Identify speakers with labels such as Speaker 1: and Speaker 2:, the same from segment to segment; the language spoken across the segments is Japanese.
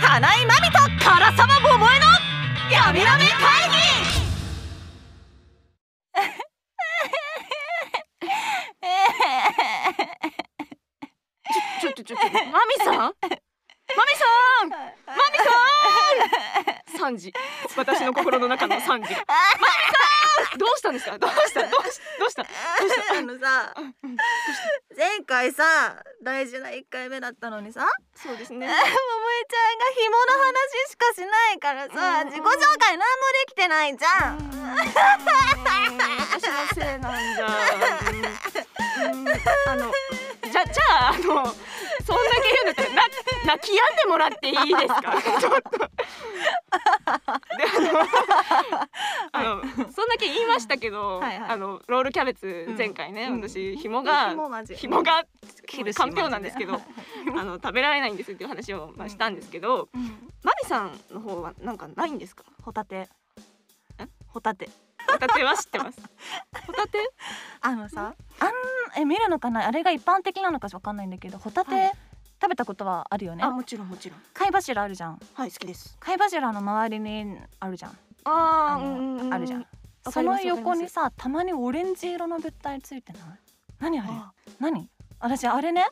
Speaker 1: 金井真美と唐沢桃江のやめらめ会
Speaker 2: ちょちょちょちょマミさんマミさんマミさん三時私の心の中の三時マミさんどうしたんですかどうしたどうしどうしたどうした
Speaker 3: あのさ
Speaker 2: うん
Speaker 3: 前回さ大事な1回目だったのにさ
Speaker 2: そうですね
Speaker 1: 桃江ちゃんが紐の話しかしないからさ
Speaker 2: うん
Speaker 1: 自己紹介何もできてないじゃん
Speaker 2: 私のせいなんだ。うんうんあのじゃじゃああのそんだけ言うんだったらな泣き止んでもらっていいですか。ちょっと。であのあのそんだけ言いましたけど、
Speaker 3: はいはい
Speaker 2: あのロールキャベツ前回ね、
Speaker 3: うん
Speaker 2: 私紐が
Speaker 3: 紐マジ
Speaker 2: 紐が
Speaker 3: ヘルシー
Speaker 2: かん
Speaker 3: マジ
Speaker 2: ぴょうなんですけど、あの食べられないんですっていう話をまあしたんですけど、マミさんの方はなんかないんですか。
Speaker 3: ホタテホタテ
Speaker 2: ホタテは知ってます。ホタテ
Speaker 3: あのさあんえ見るのかなあれが一般的なのかわかんないんだけどホタテ、
Speaker 2: はい
Speaker 3: 食べたことはあるよね
Speaker 2: もちろんもちろん。
Speaker 3: 貝柱あるじゃん
Speaker 2: はい、好きです。
Speaker 3: 貝柱の周りにあるじゃん
Speaker 2: あ
Speaker 3: あのあるじゃん。そ
Speaker 2: かりま
Speaker 3: の
Speaker 2: す
Speaker 3: 横にさたまにオレンジ色の物体ついてない何あれ何私あれね、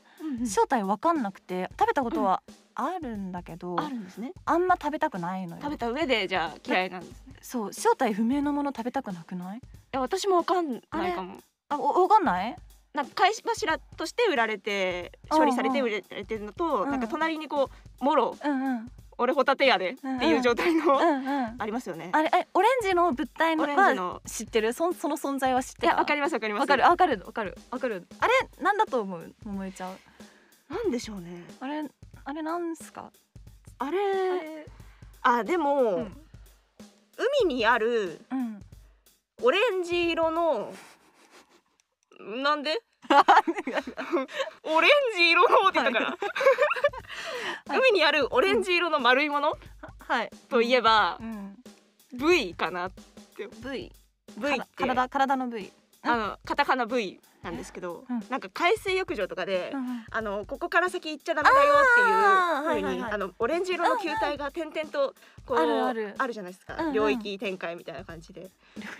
Speaker 2: そ
Speaker 3: 正体わかんなくて食べたことはあるんだけど、
Speaker 2: うあるんですね。
Speaker 3: あんま食べたくないのよ
Speaker 2: 食べた上でじゃあ嫌いなんですね。
Speaker 3: そう正体不明のもの食べたくなくない
Speaker 2: いや私もわかんないかも。
Speaker 3: あおわかんない
Speaker 2: なんか貝柱として売られて処理されて売られてるのと、
Speaker 3: うん
Speaker 2: なんか隣にこうもろ
Speaker 3: うんうん
Speaker 2: 俺ホタテやでっていう状態
Speaker 3: う
Speaker 2: の
Speaker 3: んうん
Speaker 2: ありますよね。
Speaker 3: あれえオレンジの物体の
Speaker 2: オレンジ
Speaker 3: は
Speaker 2: の
Speaker 3: 知ってるそんその存在は知っ
Speaker 2: い
Speaker 3: てた
Speaker 2: やわかりますわかります。
Speaker 3: わかるわかるわかるわかるあれなんだと思う桃江ちゃん
Speaker 2: なんでしょうね。
Speaker 3: あれあれなんすか
Speaker 2: あれあでも、
Speaker 3: うん
Speaker 2: 海にある
Speaker 3: うん
Speaker 2: オレンジ色のなん でオレンジ色のって言ったから、
Speaker 3: はい
Speaker 2: 海にあるオレンジ色の丸いもの
Speaker 3: はい
Speaker 2: といえば
Speaker 3: う、ん
Speaker 2: V かな
Speaker 3: V
Speaker 2: V って
Speaker 3: 体体の V
Speaker 2: あのカタカナ V なんですけど、
Speaker 3: うん
Speaker 2: なんか海水浴場とかで、
Speaker 3: うん
Speaker 2: あのここから先行っちゃダメだよっていう
Speaker 3: あー
Speaker 2: 風
Speaker 3: はい
Speaker 2: に
Speaker 3: はいはい
Speaker 2: あのオレンジ色の球体が点々とこう
Speaker 3: あるある
Speaker 2: じゃないですか、
Speaker 3: うんうん
Speaker 2: 領域展開みたいな感じで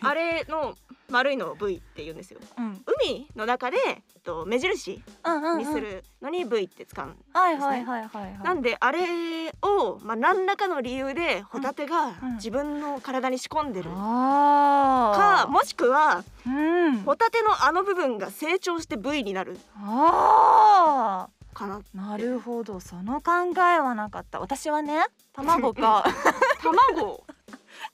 Speaker 2: あれの丸いのを V って言うんですよ
Speaker 3: うん
Speaker 2: 海の中で、えっと、目印
Speaker 3: うんうんうん
Speaker 2: にするのに V って使うんですね、
Speaker 3: はいはいはいはいはい
Speaker 2: なんであれを、まあ、何らかの理由でホタテが
Speaker 3: うん
Speaker 2: 自分の体に仕込んでる
Speaker 3: あ
Speaker 2: か
Speaker 3: ー
Speaker 2: もしくは
Speaker 3: うん
Speaker 2: ホタテのあの部分が成長して V になる
Speaker 3: あ
Speaker 2: かな
Speaker 3: ーなるほどその考えはなかった私はね卵か
Speaker 2: 卵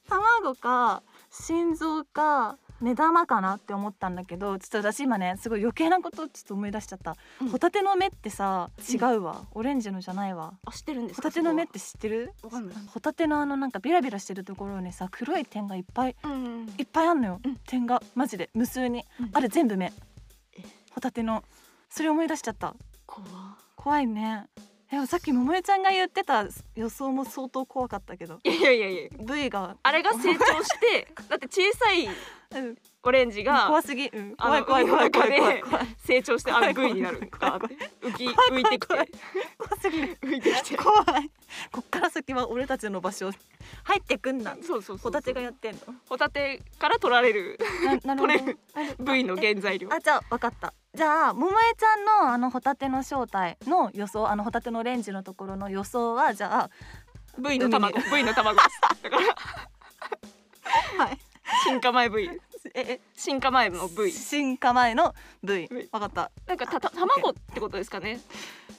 Speaker 3: 卵か心臓か目玉かなって思ったんだけどちょっと私今ねすごい余計なことちょっと思い出しちゃった、
Speaker 2: うん
Speaker 3: ホタテの目ってさ違うわ、オレンジのじゃないわ
Speaker 2: あ知ってるんです
Speaker 3: ホ
Speaker 2: か
Speaker 3: タテの目っ
Speaker 2: そ
Speaker 3: て知ってる
Speaker 2: こはわかんない
Speaker 3: ホタテのあのなんかビラビラしてるところにさ黒い点がいっぱい
Speaker 2: うん
Speaker 3: いっぱいあんのよ、
Speaker 2: うん
Speaker 3: 点がマジで無数に、
Speaker 2: うん
Speaker 3: あれ全部目
Speaker 2: え
Speaker 3: ホタテのそれ思い出しちゃった
Speaker 2: 怖
Speaker 3: 怖いねでもさっき桃江ちゃんが言ってた予想も相当怖かったけど
Speaker 2: いやいやいやいや
Speaker 3: V が、
Speaker 2: あれが成長して だって小さい
Speaker 3: うん、
Speaker 2: オレンジが
Speaker 3: 怖すぎ、うん、
Speaker 2: あ
Speaker 3: 怖い
Speaker 2: の
Speaker 3: 怖い怖い怖い怖
Speaker 2: 海
Speaker 3: い
Speaker 2: の
Speaker 3: 怖い
Speaker 2: 成長してあの V になるかって浮き浮いてきて
Speaker 3: 怖い怖すぎ る
Speaker 2: 浮いてきて
Speaker 3: 怖いこっから先は俺たちの場所入ってくんな
Speaker 2: そうそうそうそう
Speaker 3: ホタテがやってんの
Speaker 2: ホタテから取られる
Speaker 3: なな
Speaker 2: 取れ
Speaker 3: るほど
Speaker 2: る V の原材料
Speaker 3: あじゃあ分かったじゃあ桃江ちゃんのあのホタテの正体の予想あのホタテのオレンジのところの予想はじゃあ
Speaker 2: V の卵 V の卵ですだから
Speaker 3: はい
Speaker 2: 進化前 V
Speaker 3: え
Speaker 2: 進化前の
Speaker 3: え
Speaker 2: V
Speaker 3: 進化前の V
Speaker 2: V
Speaker 3: 分かった
Speaker 2: なんかたた卵ってことですかね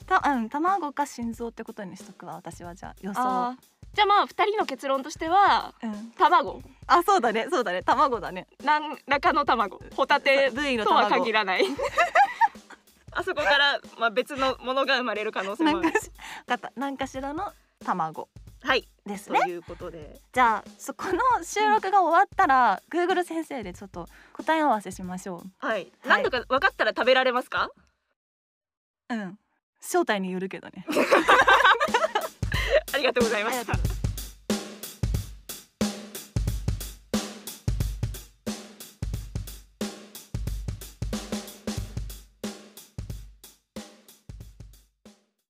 Speaker 3: たうん卵か心臓ってことにしとくわ私はじゃあ予想
Speaker 2: あーじゃあまあ二人の結論としては
Speaker 3: うん
Speaker 2: 卵
Speaker 3: あそうだねそうだね卵だね
Speaker 2: 何らかの卵ホタテ
Speaker 3: V の
Speaker 2: とは
Speaker 3: 卵
Speaker 2: 限らないあそこからまあ別のものが生まれる可能性
Speaker 3: な
Speaker 2: もあ
Speaker 3: ん
Speaker 2: る
Speaker 3: かし分かった何かしらの卵
Speaker 2: はい
Speaker 3: です
Speaker 2: と
Speaker 3: ね
Speaker 2: いうことで
Speaker 3: じゃあそこの収録が終わったら Google 先生でちょっと答え合わせしましょ
Speaker 2: はい何度か分かったら食べられますか
Speaker 3: ううん正体によるけどね
Speaker 2: ありがとうございました
Speaker 3: ありがとうございま